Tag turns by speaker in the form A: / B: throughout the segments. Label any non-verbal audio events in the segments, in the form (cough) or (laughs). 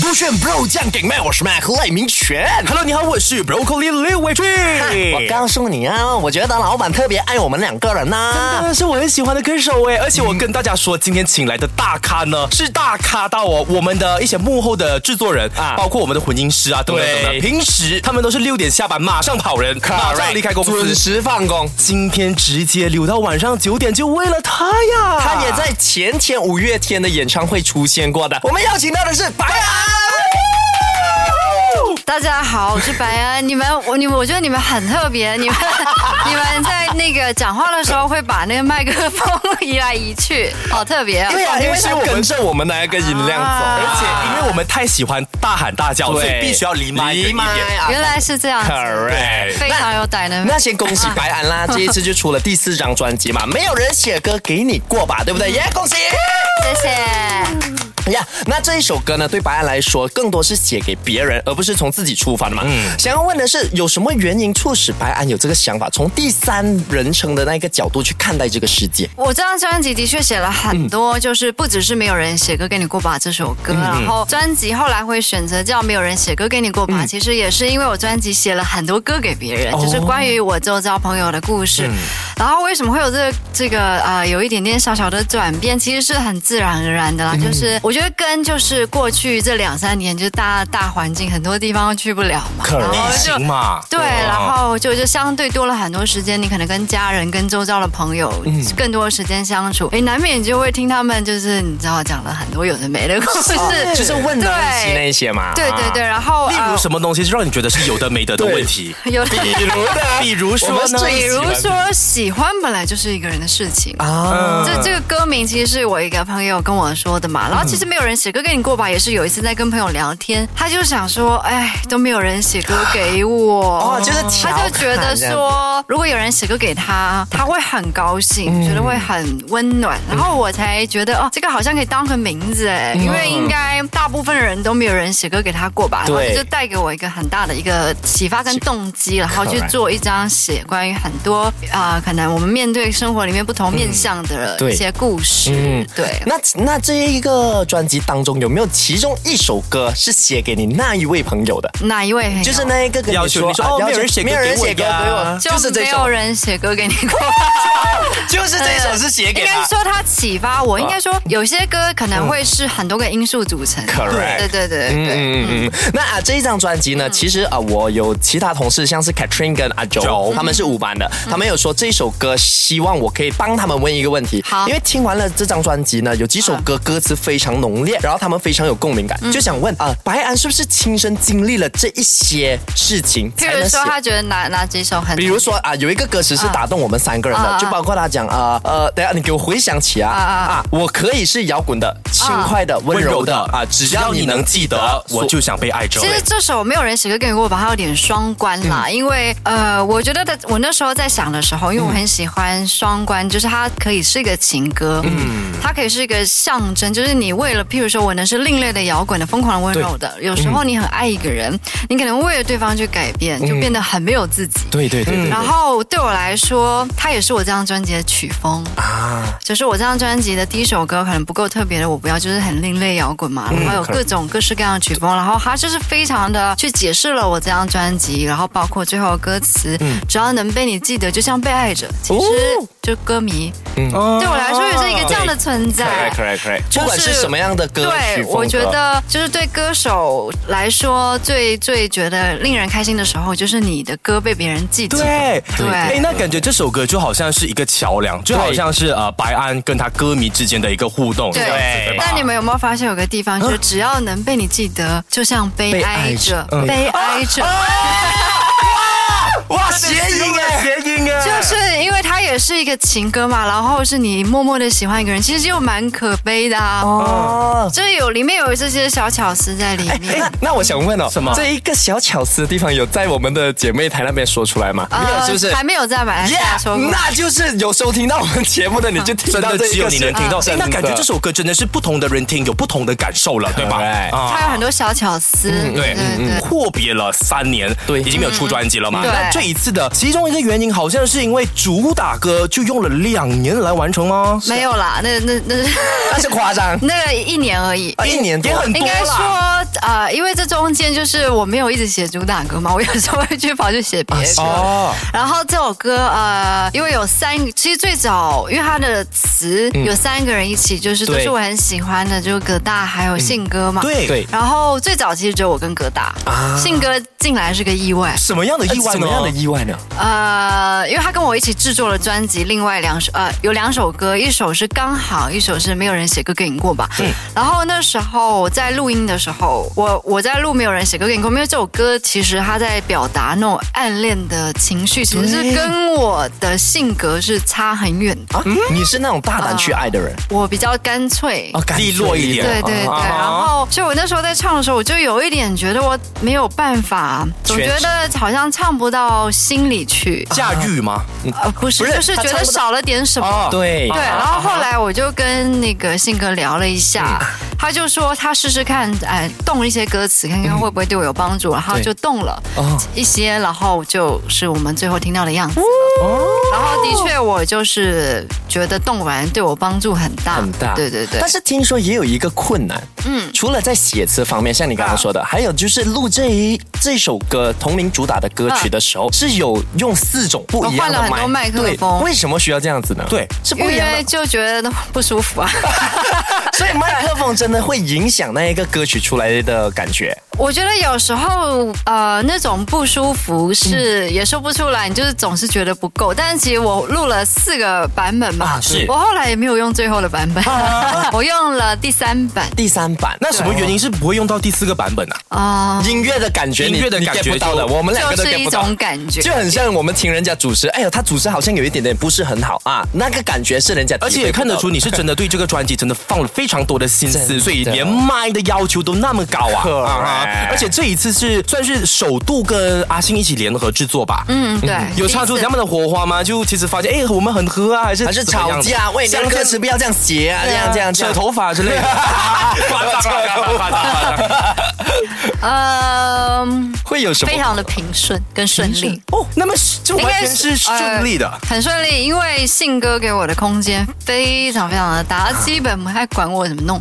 A: 不炫 bro 酱给麦，我是麦克赖明全。
B: Hello，你好，我是 Broccoli 刘伟俊。
A: 我告诉你啊，我觉得老板特别爱我们两个人呐、
B: 啊，是我很喜欢的歌手哎，而且我跟大家说，今天请来的大咖呢，是大咖到哦，我们的一些幕后的制作人啊
A: 啊，
B: 包括我们的混音师啊，等等等等。
A: 对
B: 平时他们都是六点下班，马上跑人，马上离开公司
C: 准。时放工。
B: 今天直接留到晚上九点，就为了他呀！
A: 他也
B: 在。
A: 在前前五月天的演唱会出现过的。我们邀请到的是白安。
D: 大家好，我是白安。你们，我你们，我觉得你们很特别。你们， (laughs) 你们在那个讲话的时候会把那个麦克风 (laughs) 移来移去，好特别啊！
A: 对啊，因为
B: 是
A: 是
B: 我们
A: 跟着我们那个音量走，啊
B: 而且因为我们太喜欢大喊大
A: 哦
B: 叫，所以必须要离麦远一
A: 离麦
B: 点。
A: 啊
D: 原来是这样子
A: Correct
D: 非常有 d y n
A: 那先恭喜白安啦，这一次就出了第四张专辑嘛，没有人写歌给你过吧，对不对？耶、恭喜！
D: 谢谢。
A: 呀那这一首歌呢，对白安来说，更多是写给别人，而不是从自己出发的嘛。想要问的是，有什么原因促使白安有这个想法，从第三人称的那个角度去看待这个世界？
D: 我这张专辑的确写了很多，就是不只是没有人写歌给你过把这首歌，然后专辑后来会选择叫没有人写歌给你过把，其实也是因为我专辑写了很多歌给别人，就是关于我周遭朋友的故事。然后为什么会有这个这个呃有一点点小小的转变，其实是很自然而然的啦。就是我觉得跟就是过去这两三年，就是大大环境很多地方去不了嘛，
A: 哦
D: 然后就
B: 行嘛，
D: 对，然后就就相对多了很多时间，你可能跟家人、跟周遭的朋友更多的时间相处，哎、难免你就会听他们就是你知道讲了很多有的没的故事，
A: 就是问东西那
D: 对
A: 一些嘛。
D: 对对对，然后
B: 例如什么东西是让你觉得是有的没得的问题？
D: 呃有的。
A: 比如的，啊
B: 比如说
A: 我们
B: 呢？
A: 最
D: 比
A: 喜
D: 如
A: 欢
D: 说，喜欢本来就是一个人的事情
B: 嗯
A: 啊，
D: 嗯这这个歌名其实是我一个朋友跟我说的嘛，然后其实没有人写歌给你过吧，也是有一次在跟朋友聊天，他就想说，哎，都没有人写歌给我，
A: 哦就是调侃
D: 他就觉得说，如果有人写歌给他，他会很高兴，觉得会很温暖，然后我才觉得哦，这个好像可以当个名字哎，因为应该大部分人都没有人写歌给他过吧，然后
A: 对
D: 这就带给我一个很大的一个启发跟动机，然后去
A: Correct
D: 做一张写关于很多啊、可能我们面对生活里面不同面向的
A: 对
D: 一些故事，嗯，对。
A: 那那这一个专辑当中有没有其中一首歌是写给你那一位朋友的？
D: 哪一位朋友？
A: 就是那一个跟
B: 哎要求
A: 说
B: 你说
A: 啊
B: 哦
A: 要
B: 没有人写歌
A: 没有人
B: 给我
A: 写歌
B: 呀
A: 给我，就是
D: 就
A: 这
D: 没
A: 首
D: 有，人写歌给你
A: (laughs)
D: 过，
A: 就是这
B: 哎
A: 首是写给
D: 应
A: 他嗯
D: 该。说他启发我。应该说有些歌可能会是很多个因素组成。
A: Correct
D: 对对对对对。
A: 嗯嗯嗯，那啊，这一张专辑
D: 嗯
A: 呢，其实啊，我有其他同事，像是 Catherine 跟阿
B: 九
A: 九，他们是五班的，
D: 嗯
A: 他们有说这首歌，希望我可以帮他们问一个问题。
D: 好
A: 因为听完了这张专辑呢，有几首歌歌词非常浓
D: 嗯
A: 烈，然后他们非常有共鸣感，就想问啊，白安是不是亲身经历了这一些事情才
D: 譬
A: 能
D: 如
A: 哎写
D: 说，？他觉得哪哪几首很，
A: 比如说啊，有一个歌词是打动我们三个人
D: 啊
A: 的，
D: 啊
A: 就包括他讲啊呃，等一下你给我回想起啊
D: 啊啊
A: 啊，我可以是摇滚的、轻快的、温柔的啊，只要你能记得，
B: 我就想被爱着
D: 其。实这首没有人写歌给我吧，它有点双关啦，
B: 嗯
D: 因为呃，我觉得的我那时候在想的时候，因为我很喜欢双关，就是它可以是一个情歌，嗯，它可以是一个象征，就是你为了，譬如说我能是另类的摇滚的、疯狂的、温柔的，有时候你很爱一个人，你可能为了对方去改变，就变得很没有自己。
B: 嗯对对对对
D: 然后对我来说，它也是我这张专辑的曲风啊，就是我这张专辑的第一首歌可能不够特别的，我不要，就是很另类摇滚
A: 嗯
D: 嘛，然后有各种各式各样的曲风，然后它就是非常的去解释了我这张专辑，然后包括最后的歌词，
A: 嗯
D: 只要能被你记得，就像被爱着，其
A: 哦
D: 实就歌迷，对我来说也是一个这样的存在。
B: ，correct correct。
A: 嗯哦哎不管是什么样的歌曲
D: 对，
A: 风格
D: 我觉得就是对歌手来说，最最觉得令人开心的时候，就是你的歌被别人记住。
B: 对
D: 对
B: 哎，那感觉这首歌就好像是一个桥梁，就好像是呃白安跟他歌迷之间的一个互动，这样子对吧啊
D: 但你们有没有发现有个地方，就是只要能被你记得，就像悲哀着，
B: 嗯
D: 悲哀
B: 啊
D: 着，
A: 哇，谐音哎，
B: 谐音哎
D: 就是因为它也也是一个情歌嘛，然后是你默默的喜欢一个人，其实就蛮可悲的啊。
A: 哦。
D: 就是有里面有这些小巧思在里面。
A: 哎，那我想问哦，
B: 什么
A: 这一个小巧思的地方有在我们的姐妹台那边说出来
B: 哎
A: 吗？没有，是不是？
D: 还没有在马来西亚呃说过。
A: 那就是有收听到我们节目的你就听
B: 真
A: 到
B: 的
A: 这一
B: 只有
A: 个啊
B: 你
A: 是
B: 能听到，啊所以
A: 真的
B: 哎那感觉这首歌真的是不同的人听有不同的感受了，对吧？
A: Correct
D: 它有很多小巧思。
B: 对，嗯，阔别了三年，
A: 对
B: 已经没有出专辑了嘛。
D: 嗯对
B: 那这一次的其中一个原因，好像是因为主打歌就用了两年来完成吗？
D: 没有啦，那那那，
A: 那是夸张
B: 哎
D: 那个一年而已。
A: 一年多
B: 也哎很
D: 应
B: 多
D: 该说
B: 啦。，
D: 呃，因为这中间就是我没有一直写主打歌嘛，我有时候会去跑去写别的歌。
B: 哦，
D: 然后这首歌，呃，因为有三，其实最早因为它的词有三个人一起，就是都
A: 对
D: 是我很喜欢的，就是葛大还有信哥嘛。。
B: 嗯对
A: 对
D: 然后最早其实只有我跟葛大，信哥进来是个意外。
B: 什么样的意外呢？
A: 呃哎什么样的意外呢？
D: 呃，因为他跟我一起制作了专辑，另外两首呃有两首歌，一首是刚好，一首是没有人写歌给你过吧。嗯。然后那时候我在录音的时候，我我在录没有人写歌给你过，因为这首歌其实他在表达那种暗恋的情绪，其实是跟我的性格是差很远的。
A: 啊，
B: 嗯
A: 你是那种大胆去爱的人，
D: 我比较干脆。
A: 哦，干脆
B: 利落一点
D: 对对对，
B: 啊
D: 然后所以我那时候在唱的时候，我就有一点觉得我没有办法，总
A: 诠释
D: 觉得好像唱不到心里去。
B: 驾驭吗？
D: 呃，不是，
A: 不是
D: 就是觉得少了点什么。
B: 哦，
A: 对
D: 对，然后后来我就跟那个信哥聊了一下，
A: 嗯
D: 他就说他试试看，哎，动一些歌词，看看会不会对我有帮助，然后就动了
A: 哦
D: 一些，然后就是我们最后听到的样子。
A: 哦
D: 然后的确，我就是觉得动完对我帮助很大，
A: 很大，
D: 对对对
A: 但。是听说也有一个困难，嗯，除了在写词方面，像你刚刚说的，
D: 啊
A: 还有就是录这一这首歌同名主打的歌曲的时候，是有用四种不一样的
D: 啊我换了很多麦克风
A: 对为什么需要这样子呢？
B: 对
A: 是
D: 因
A: 不一样 (laughs)
D: 为
A: 的，
D: 就觉得不舒服啊，
A: 所以麦克风真的会影响那一个歌曲出来的感觉。
D: 我觉得有时候呃那种不舒服是也说不出来，你就是总是觉得不够。但是其实我录了四个版本嘛，
A: 啊是
D: 我后来也没有用最后
A: (laughs)
D: 的版本，我用了第三版
A: 第三版
B: 那什么原因是不会用到第四个版本啊？
D: 啊，
A: 音乐的感觉你，
B: 音乐的
A: 你
B: 感
A: get
B: 觉
A: 不到的，
B: 就
A: 我们两个
D: 就
A: 都
D: 是
A: get
D: 一
A: 不到
D: 种。感觉。
A: 就很像我们听人家主持，哎呦，他主持好像有一点点不是很好啊，那个感觉是人家体会不到的，
B: 而且也看得出你是真的对这个专辑真的放了非常多的心
A: 真
B: 思，
A: 的
B: 所以连麦的要求都那么高啊！
A: Correct
B: 而且这一次是算是首度跟阿信一起联合制作吧？
D: 嗯，对，
B: 有擦出
D: 第一次
B: 他们的火花吗？就其实发现，哎，我们很合啊，还是
A: (laughs) 还是
B: 怎么
A: 吵
B: 样的
A: 架，喂，
B: 相
A: 梁
B: 克
A: 歌词不要这样写啊，这
D: 对啊
A: 样这样这
B: 扯
A: 样。
B: 头发之类的，夸张了夸张啊了夸张了
D: 呃，
A: 会有什
D: 非常的平顺跟顺利。
B: 哦，那么是就完全是顺利的
D: 呃。很顺利，因为信哥给我的空间非常非常的大，他基本不太管我怎么弄。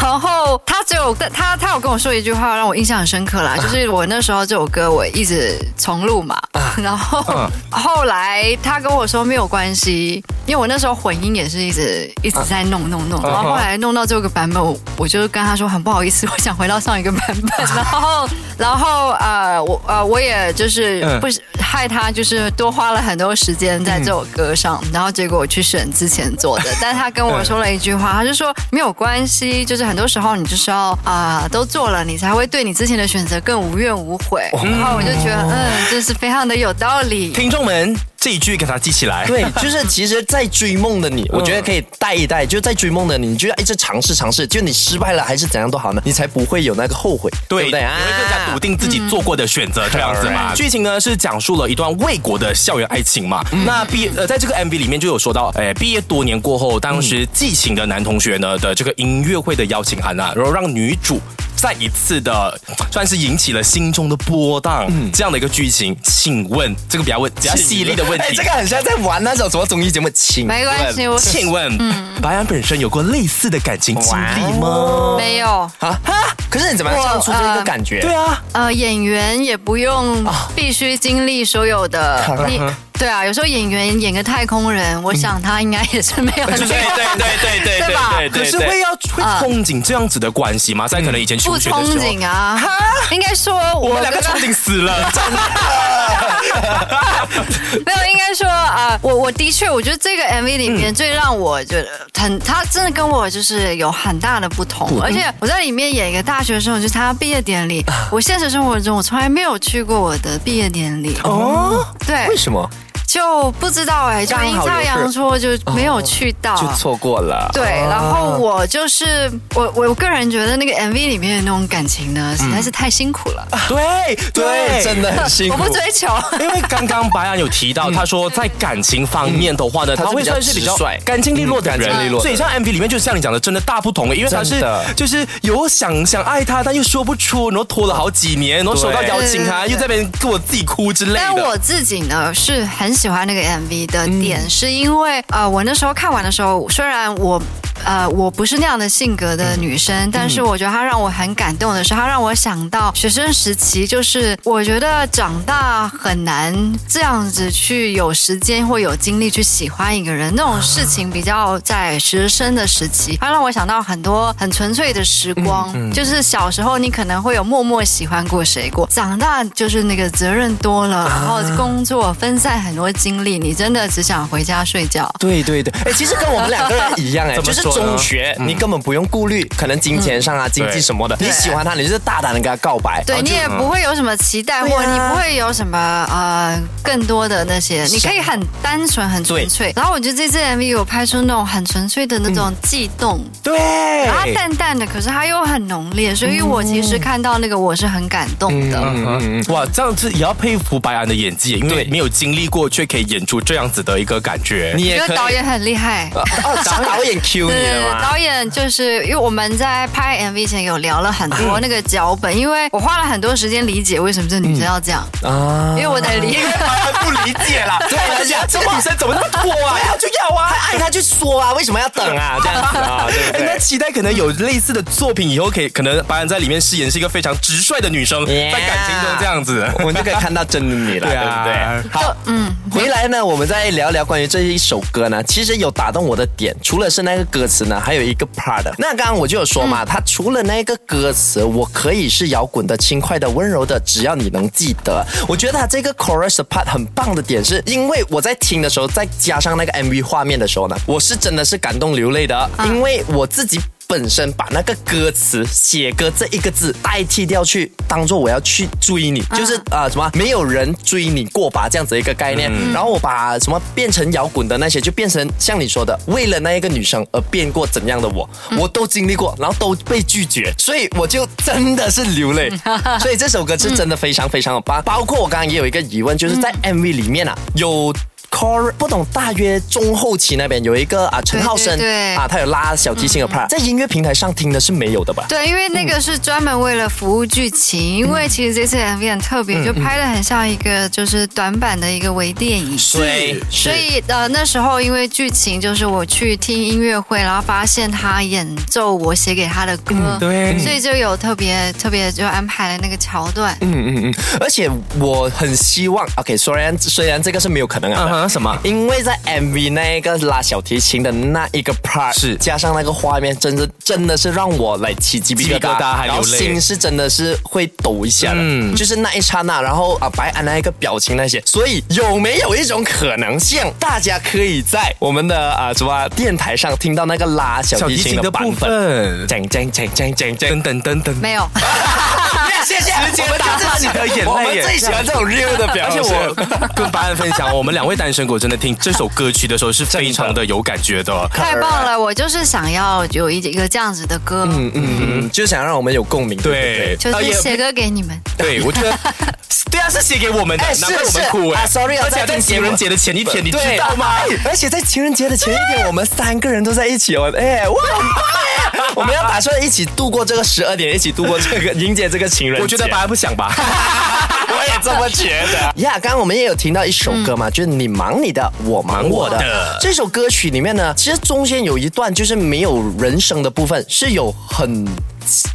D: 然后他只有他他有跟我说一句话让我印象很深刻
B: 啊
D: 啦，就是我那时候这首歌我一直重录嘛，
B: 啊
D: 然后后来他跟我说没有关系，因为我那时候混音也是一直一直在弄弄弄，
B: 啊
D: 然后后来弄到这个版本，我我就跟他说很不好意思， (laughs) 我想回到上一个版本，然后然后呃我呃我也就是
B: 嗯
D: 不是害他就是多花了很多时间在这首歌上，然后结果我去选之前做的，嗯 (laughs) 但他跟我说了一句话，他就说没有关系，就是很多时候你就是要啊、都做了，你才会对你之前的选择更无怨无悔。然后我就觉得嗯，这是非常的有道理。
B: 听众们，这一句给它记起来。
A: (laughs) 对，就是其实，在追梦的你，我觉得可以带一带。就在追梦的你，你就要一直尝试尝试。就你失败了还是怎样都好呢，你才不会有那个后悔，
B: 对啊
A: 不对啊
B: 你？会更加笃定自己做过的选择，这样子嘛。
A: Correct
B: 剧情呢是讲述了一段魏国的校园爱情嘛。那毕业呃，在这个 MV 里面就有说到，哎，毕业多年过后，当时寄情的男同学呢的这个音乐会的邀请函啊，然后让女主。再一次的，算是引起了心中的波荡，这样的一个剧情，请问这个比较问比较犀利的问
A: 哎，
B: 题，
A: 这个很像在玩那种什么综艺节目，请
D: 没关系，我
B: 请问白安本身有过类似的感情经历吗？
D: 没有。
A: 啊哈！可是你怎么样唱出这
D: 我
A: 个
D: 呃
A: 感觉？
B: 对啊，
D: 呃，演员也不用必须经历所有的，你对啊，有时候演员演个太空人，我想他应该也是没
B: (laughs)
D: 有
B: 对对对对对
D: 对吧
B: 对对对可是会要会
A: 啊
B: 憧憬这样子的关系吗？在可能以前
D: 啊
B: 求
D: 不
B: 学的
D: 憧
B: 时候，
D: 憬啊，应该说我
B: 我们两个
D: 跟他
B: 憧憬死
D: (laughs)
B: 了，
D: 没有，应该说啊、呃我我的确，我觉得这个
B: 嗯
D: MV 里面最让我觉得很，他真的跟我就是有很大的不同，而且我在里面演一个大学生，就是他毕业典礼，我现实生活中我从来没有去过我的毕业典礼，
A: 哦，
D: 对
A: 为，什么？
D: 就不知道哎、就
A: 刚好
D: 阴差
A: 有事
D: 阳错就没有去到。
A: 就错哦过了。
D: 对，然后我就是我，我我个人觉得那个 MV 里面的那种感情呢，
A: 嗯
D: 实在是太辛苦了，
B: 对
A: 对，真的很辛
D: 我
A: 苦。
D: 不追
A: (laughs)
D: 求。
B: 因为刚刚白安有提到，他说在感情方面的话呢，
A: 嗯他
B: 他
A: 是
B: 会
A: 比较
B: 算是比较
A: 直率
B: 干净利落的人，
A: 干净利落的
B: 所以像 MV 里面，就像你讲的，真的大不同，因为他
A: 真
B: 是
A: 的
B: 就是有想想爱他，但又说不出，然后拖了好几年，然后收到邀请函，
D: 对对对
B: 又在那边跟我自己哭之类
D: 但
B: 的。
D: 我自己呢是很喜欢那个 MV 的点，
A: 嗯
D: 是因为呃，我那时候看完的时候，虽然我。呃，我不是那样的性格的女生，
A: 嗯
D: 但是我觉得她让我很感动的是，她让我想到学生时期，就是我觉得长大很难这样子去有时间或有精力去喜欢一个人，那种事情比较在学生的时期，它让我想到很多很纯粹的时光，
A: 嗯
D: 就是小时候你可能会有默默喜欢过谁过，长大就是那个责任多了，
A: 啊
D: 然后工作分散很多精力，你真的只想回家睡觉。
A: 对对对，哎，其实跟我们两个人一样哎，
B: (laughs) 怎
A: 就
B: 么
A: 是
B: 说呢嗯
A: 中学，你根本不用顾虑可能金钱上啊、经济什么的，你喜欢他，你就是大胆的跟他告白。
D: 对你也不会有什么期待，
A: 哦对
D: 或
A: 啊
D: 你不会有什么呃更多的那些，你可以很单纯、很纯粹。然后我觉得这支 MV 有拍出那种很纯粹的那种
A: 嗯
D: 悸动，
B: 对，
D: 然后它淡淡的，可是它又很浓烈，所以我其实看到那个我是很感动的。
B: 嗯哇，这样子也要佩服白安的演技，因为
A: 对
B: 没有经历过，却可以演出这样子的一个感觉。
A: 你也
D: 觉
A: 可
D: 得
A: 以
D: 导演很厉害。
A: 哦，导演 Q 你
D: 啊对对
A: 了
D: 对，
A: 吗？
D: 导演就是因为我们在拍 MV 前有聊了很多那个脚本，因为我花了很多时间理解为什么这女生要这样，
A: 啊
D: 因，为我得 (laughs) 理解。
B: 白安不理解啦， (laughs) 对
A: 人家
B: 这女生怎么那么拖啊？要就要啊！
A: 爱他就说啊，为什么要等啊？这样子啊， (laughs) 对不 (laughs)
B: 哎，那
A: 对？
B: 期待可能有类似的作品，以后可以可能白安在里面饰演是一个非常直率的女生
A: Yeah
B: 在感情中这样子。
A: 我们就可以看到真的你了，
B: 对
A: 对
B: 啊
A: 不对？好，嗯，回来呢，我们再聊聊关于这一首歌呢，其实有打动我的点，除了是那个歌词呢，还有一个 part。那刚刚我就有说嘛，它除了那个歌词，我可以是摇滚的、轻快的、温柔的，只要你能记得。我觉得它这个 chorus 的 part 很棒的点是，因为我在听的时候，再加上那个 MV 画面的时候呢，我是真的是感动流泪的，因为我自己。本身把那个歌词写歌这一个字代替掉去，当做我要去追你，就是啊、呃什么没有人追你过吧这样子一个概念。
D: 嗯
A: 然后我把什么变成摇滚的那些，就变成像你说的，为了那一个女生而变过怎样的我，
D: 嗯
A: 我都经历过，然后都被拒绝，所以我就真的是流
D: (laughs)
A: 泪。所以这首歌是真的非常非常的棒。包括我刚刚也有一个疑问，
D: 嗯
A: 就是在 MV 里面啊有。core 不懂，大约中后期那边有一个啊，陈浩生
D: 对对对
A: 啊，他有拉小提琴
D: 嗯
A: 的 part，、在音乐平台上听的是没有的吧？
D: 对，因为那个是专门为了服务剧情，因为其实这次 MV 很特别，就拍的很像一个就是短版的一个微电影。
A: 对，
D: 所以呃那时候因为剧情就是我去听音乐会，然后发现他演奏我写给他的歌，
B: 对
D: 所以就有特别特别就安排了那个桥段。
A: 嗯嗯嗯，而且我很希望，OK，虽然虽然这个是没有可能啊
B: 嗯哼什么
A: 因为在 MV 那个拉小提琴的那一个 part
B: 是
A: 加上那个画面，真的真的是让我来起鸡皮
B: 鸡
A: 疙
B: 皮
A: 瘩，
B: 疙瘩还
A: 然后
B: 流泪
A: 心是真的是会抖一下的，
B: 嗯
A: 就是那一刹那，然后啊白安那一个表情那些，所以有没有一种可能性，大家可以在我们的啊什么电台上听到那个拉小
B: 小
A: 提
B: 提
A: 琴
B: 琴
A: 的
B: 的
A: 版
B: 部
A: 本？
B: 分，
A: 讲讲讲讲讲讲
B: 等等等等，
D: 没有，
A: (laughs) 谢谢，
B: 直接打断你的眼泪
A: 我们最喜欢这种 real 的表
B: 而且
A: 现。
B: 我跟白安分享，我们两位单身狗真的听这首歌曲的时候是非常的有感觉的。
D: 太棒了！我就是想要有一一个这样子的歌，
A: 嗯，就想让我们有共鸣。
B: 对，
D: 就
B: 呃
D: 是
B: 也
D: 写歌给你们。
B: 对，我觉得 (laughs) 对啊，是写给我们的
A: 哎，是
B: 难怪我们哭
A: 是
B: 哎
A: 啊，sorry 啊
B: 而且还
A: 在
B: 在
A: 听节
B: 情
A: 目
B: 人节的前一天，你知
A: 对
B: 道吗？
A: 哎而且在情人节的前一天，我们三个人都在一起哦，哎， (laughs) 哇！我们要打算一起度过这个十二点，一起度过这个迎接这个情人节。
B: 我觉得白安不想吧。
A: 我也这么觉得。 (laughs) 呀，刚刚我们也有听到一首歌嘛，就是你忙你的，我忙我的
B: 嗯忙我的
A: 这首歌曲里面呢，其实中间有一段就是没有人声的部分，是有很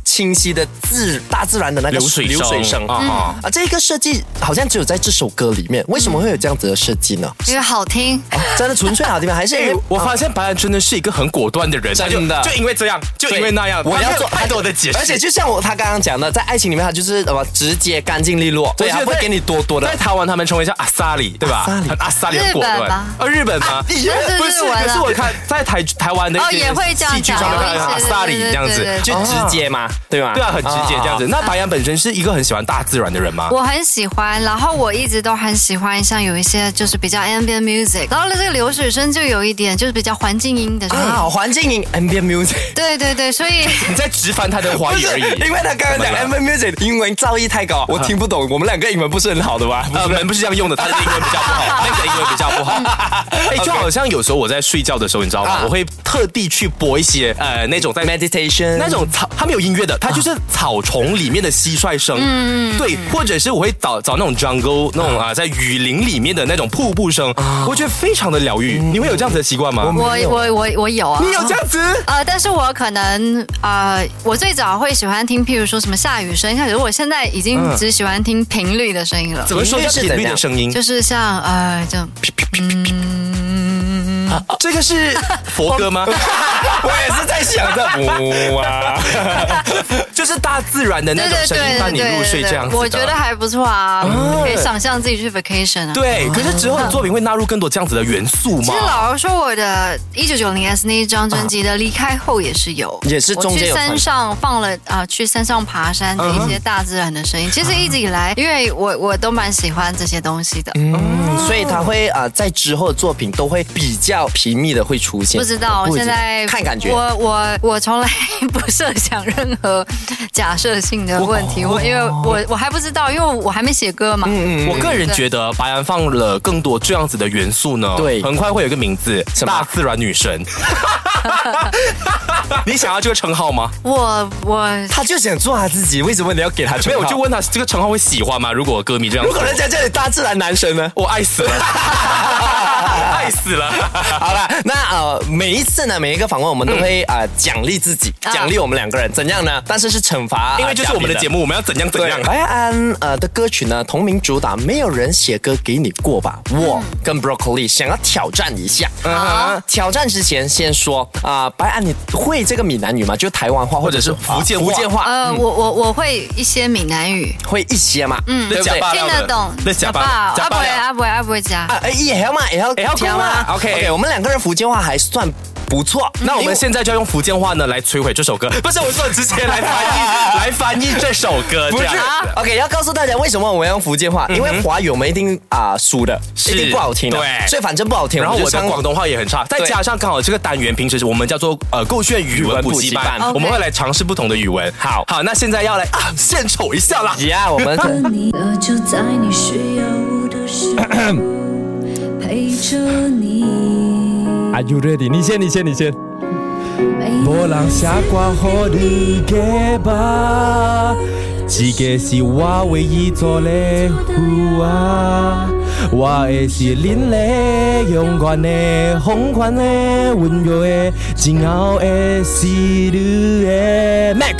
A: 清晰的自大自然的那个
B: 流水声
A: (laughs) 流水声
B: 啊
A: 啊啊！这个设计好像只有在这首歌里面，为什么会有这样子的设计
B: (laughs)
A: 呢？
D: 因为好听，
A: 真的纯粹好地方，还是因为
B: 哎
A: 啊
B: 我发现白安真的是一个很果断的人，他就
A: 真的
B: 就因为这样，就因为那样，
A: 对我
B: 他
A: 要
B: 没有
A: 做
B: 太多的解释，
A: 而且就像我他刚刚讲的，在爱情里面，他就是什么直接、干净利落，对，
B: 我记
A: 他
B: 得
A: 不会
B: 在
A: 给你多多的
B: 在。台湾他们称为叫阿萨里，对吧？
A: 阿萨里
B: 很阿萨里很果
D: 日本吧啊
B: 断，呃，日本吗？
A: 你觉得
D: 对
B: 不
D: 对
B: 是，
D: 对，我
B: 可是我看在台台湾的一
D: 哦
B: 些
D: 也会这样
B: 戏剧
D: 讲
B: 上面看
D: 有一
B: 阿
D: 些
B: 萨里
D: 对对对
B: 这样子
D: 对对，对
A: 就直接接嘛，对吗？
B: 对啊，很直接这样子。
A: 啊。
B: 那白羊本身是一个很喜欢大自然的人吗？
D: 我很喜欢，然后我一直都很喜欢像有一些就是比较 ambient music，然后这个流水声就有一点就是比较环境音的，
A: 啊
B: 嗯
A: 啊，环境音 ambient music。
D: 对对对，所以
B: 你在直翻他的花哦语而已。
A: 因为他刚刚讲 ambient music 英文造诣太
B: 啊
A: 高，我听不懂。我们两个英啊文不是很好的吧？
B: 呃，门不是这样用的，他的英文比较不
A: (laughs)
B: 好，那个英文比较不好。哎，就好像有时候我在睡觉的时候，你知道吗
A: 啊？嗯
B: 我会特地去播一些呃那种在
A: meditation
B: 那种草，它没有音乐的，它就是
A: 啊
B: 草丛里面的蟋蟀声。
A: 嗯
B: 对，或者是我会找找那种 jungle 那种啊，在雨林里面的那种瀑布声，
A: 啊
B: 我觉得非常的疗
A: 嗯
B: 愈。你会有这样子的习惯吗？
D: 我我我我有啊，
B: 你有这样子？
D: 呃，但是我可能呃，我最早会喜欢听，譬如说什么下雨声，可是我现在已经只喜欢听频率的声音了，
B: 怎么说
A: 音乐
B: 叫
A: 是
B: 频
A: 怎
B: 率的
A: 样
B: 声音？
D: 就是像呃，就
B: 这个是 (laughs) 佛歌吗？
A: 我也是在想着，哇，
B: (laughs) 就是大自然的那
D: 对
B: 种声
D: 对
B: 音
D: 对
B: 伴
D: 对
B: 你入睡
D: 对
B: 这样
D: 对，
B: 子的。
D: 我觉得还不错啊，可以想象自己去 vacation 啊。
B: 对，可是之后的作品会纳入更多这样子的元素
D: 其
B: 吗
D: 实？老实说，我的一九九零 S 那一张专辑的离开后也是有，
A: 也是中间有
D: 我去山上放了啊、去山上爬山的一些大自然的声音。其实一直以来，因为我我都蛮喜欢这些东西的，
A: 嗯，所以他会啊、呃在之后的作品都会比较频密的会出现。
D: 不知道
A: 不
D: 现在
A: 看感觉。
D: 我我我从来 (laughs) 不设想任何假设性的问题，我因为我我还不知道，因为我还没写歌嘛。
B: 我个人觉得白羊放了更多这样子的元素呢，
A: 对
B: 很快会有一个名字——
A: 什么
B: 大自然女 (laughs) 神。你想要这个称号吗？
D: 我我
A: 他就想做他自己，为什么你要给他
B: 没
A: 称
B: 有，
A: 号？
B: 我就问他这个啊称号会喜欢吗？如果歌迷这样
A: 如，果人家叫你大自然男
B: (laughs)
A: 神呢？
B: 我爱死了，爱死了。 (laughs)
A: 好了，那呃，每一次呢，每一个访问我们都会啊、呃奖励自己，
D: 啊
A: 奖励我们两个人，怎样呢？但是是惩罚，呃
B: 因为就是我们的节
A: 目。
B: 目，我们要怎样怎
A: 对
B: 样，。
A: 白安呃的歌曲呢，同名主打，没有人写歌给你过吧？
B: 嗯
A: 我跟 Broccoli 想要挑战一下。啊，挑战之前先说啊、白安你会这个闽南语吗？就台湾话或啊
B: 者是福建话
A: 福建话、
D: 呃我我我会一些闽南语，
A: 会一些嘛？嗯，对不
B: 假
A: 对？
B: 巴
D: 听
B: 料
D: 得
B: 的
D: 懂，
B: 那假巴
D: 好不好
B: 假
D: 阿
B: 巴
D: 伯
B: 料
D: 阿伯阿伯加。
A: 啊，哎，也要嘛，也要也啊
B: 要听吗 OK
A: OK，我们两个人福建话还算不错。
B: 那我们现在就要用福建话呢来摧毁这首歌，不是我说直接来翻译来翻译这首歌，
A: 不
B: 这
A: 是啊
B: 样子。
A: ，OK，要告诉大家为什么我们要用福建话，因为华语我们一定啊输的，
B: 是
A: 一定不好听的，
B: 对
A: 所以反正不好听，
B: 然后
A: 就
B: 我的
A: 唱
B: 广东话也很差，再
A: 对
B: 加上刚好这个单元平时我们叫做呃构炫语文补习
A: 语文
B: 班
A: 补习
D: 班，
B: 我们
D: OK
B: 会来尝试不同的语文。好，好，那现在要来啊献丑一下啦。 (laughs)
A: 呀，我们
E: 你的就在你需要我的时候，陪着你。
F: Are you ready？你先，你先，你先。
E: 每
F: 无人写歌给你的吧，这个是我唯一做的父啊，我会是恁的勇敢的、疯狂的、温柔的、骄傲的、是你的 Mac。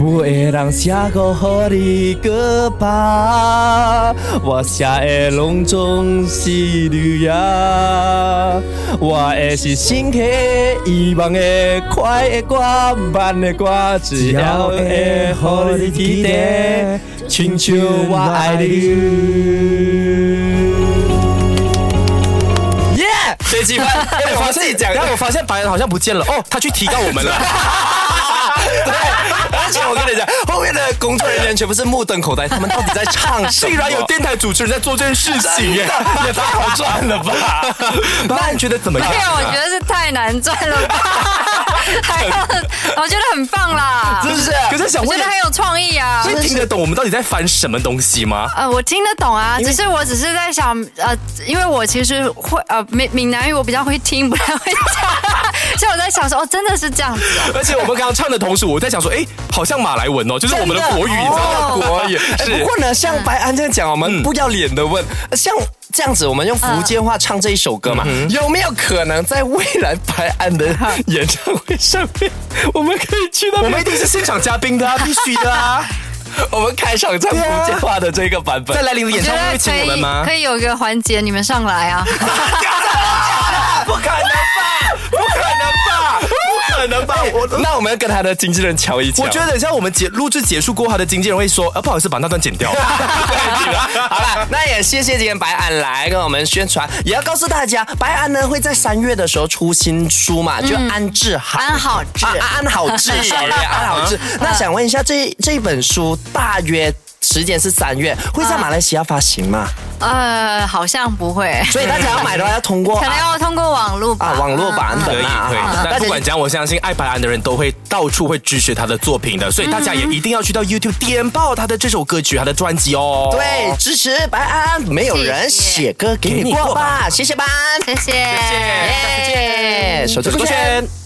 F: 无会人写歌给你个吧，我写的拢总是你呀。我的是新的、希望的、快的歌、慢的歌，只要会互你记得，亲像我爱你。
A: 耶，学几分？我自己讲
B: 然后哎我发现白人好像不见了，哦，他去提高我们了。
F: (laughs)
A: 而且我跟你讲，后面的工作人员全部是目瞪口呆，他们到底在唱什么？
B: (laughs) 竟然有电台主持人在做这件事情耶， (laughs) 也太好赚了吧？哎 (laughs) 那你觉得怎么样
D: 哎呀，我觉得是太难赚了吧，还要我觉得很棒啦，
A: 是不是？
B: 可是想
D: 我
B: 问
D: 觉得，很有创意啊。
B: 会听得懂我们到底在翻什么东西 (laughs) 吗？
D: 呃，我听得懂啊，只是我只是在想，呃，因为我其实会呃闽闽南语我比较会听，不太会讲，所以我在想说，哦，真的是这样子哦。
B: 而且我们刚刚唱的同时，我在想说，哎，好像马来文哦，就是我们的国语，你知道吗？
D: 哦
B: 国语
A: 哎不
B: 是。嗯
A: 过呢，像白安这样讲，我们不要脸的问，像这样子，我们用福建话唱这一首歌嘛，
B: 嗯
A: 有没有可能在未来白安的演唱会上面，我们可以去那
B: 我
A: 边
B: 们一定是现场嘉宾的啊，必须的 (laughs) 啊！
A: 我们开场唱福建话的这个版本
B: 在？来临 (laughs) 的演
D: 我觉
B: 唱会
D: 得
B: 会请
D: 可
B: 我们吗
D: 以，？可以有一个环节，你们上来
B: (laughs)
D: 啊。
A: 不可能吧？不可能吧？不可能吧？我那我们要跟他的经纪人瞧一瞧。
B: 我觉得等一啊 (laughs) 下我们结录制结束过后，他的经纪人会说，呃，不好意思，把那段剪掉。
A: 好了，那也也谢谢今天白安来跟我们宣传，也要告诉大家，白安呢会在三月的时候出新书嘛，就安置好，
D: 安好志
A: 啊啊安好志，sorry，安好志。那想问一下，这这本书大约时间是三月，会在马来西亚发行吗？
D: 呃，好像不会，
A: 所以大家要买的话要通过
D: 可能
A: 啊
D: 要通过网络吧。
A: 啊网络版
B: 可
A: 本
B: 以，
A: 啊，
B: 可以
A: 啊。
B: 但不管怎样，我相信爱白安的人都会到处会支持他的作品的，所以大家也一定要去到 YouTube 点爆他的这首歌曲、他的专辑哦。
A: 对，支持白安，没有人
D: 谢谢
A: 写歌给你过吧，谢谢白安，哎
D: 谢谢，谢
B: 谢谢下次
A: 耶手指勾
B: 勾
A: 选
B: 选。